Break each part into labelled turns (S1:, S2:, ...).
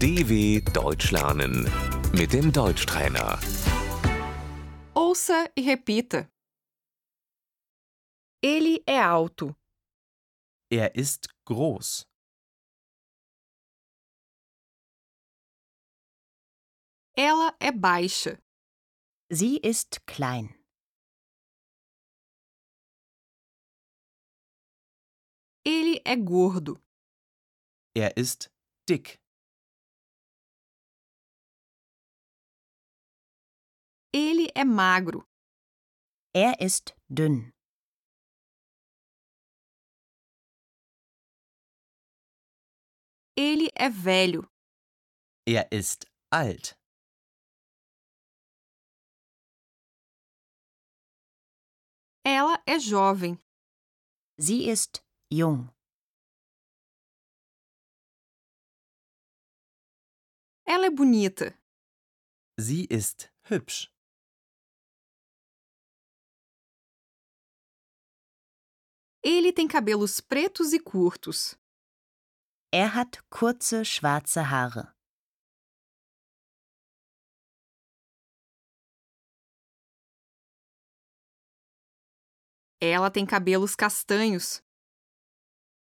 S1: DW Deutsch lernen mit dem Deutschtrainer.
S2: Ouça e repita. Ele é alto.
S3: Er ist groß.
S2: Ela é baixa.
S4: Sie ist klein.
S2: Ele é gordo.
S3: Er ist dick.
S2: Ele é magro.
S4: Er ist dünn.
S2: Ele é velho.
S3: Er ist alt.
S2: Ela é jovem.
S4: Sie ist jung.
S2: Ela é bonita.
S3: Sie ist hübsch.
S2: Ele tem cabelos pretos e curtos.
S4: Er hat kurze schwarze Haare.
S2: Ela tem cabelos castanhos.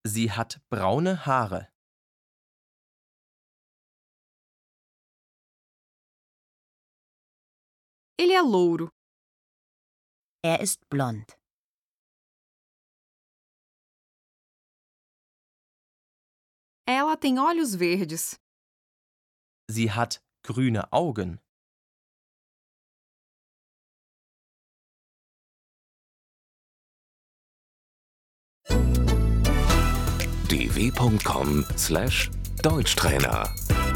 S3: Sie hat braune Haare.
S2: Ele é louro.
S4: Er ist blond.
S2: Ela tem olhos verdes.
S3: Sie hat grüne Augen.
S1: dw.com/deutschtrainer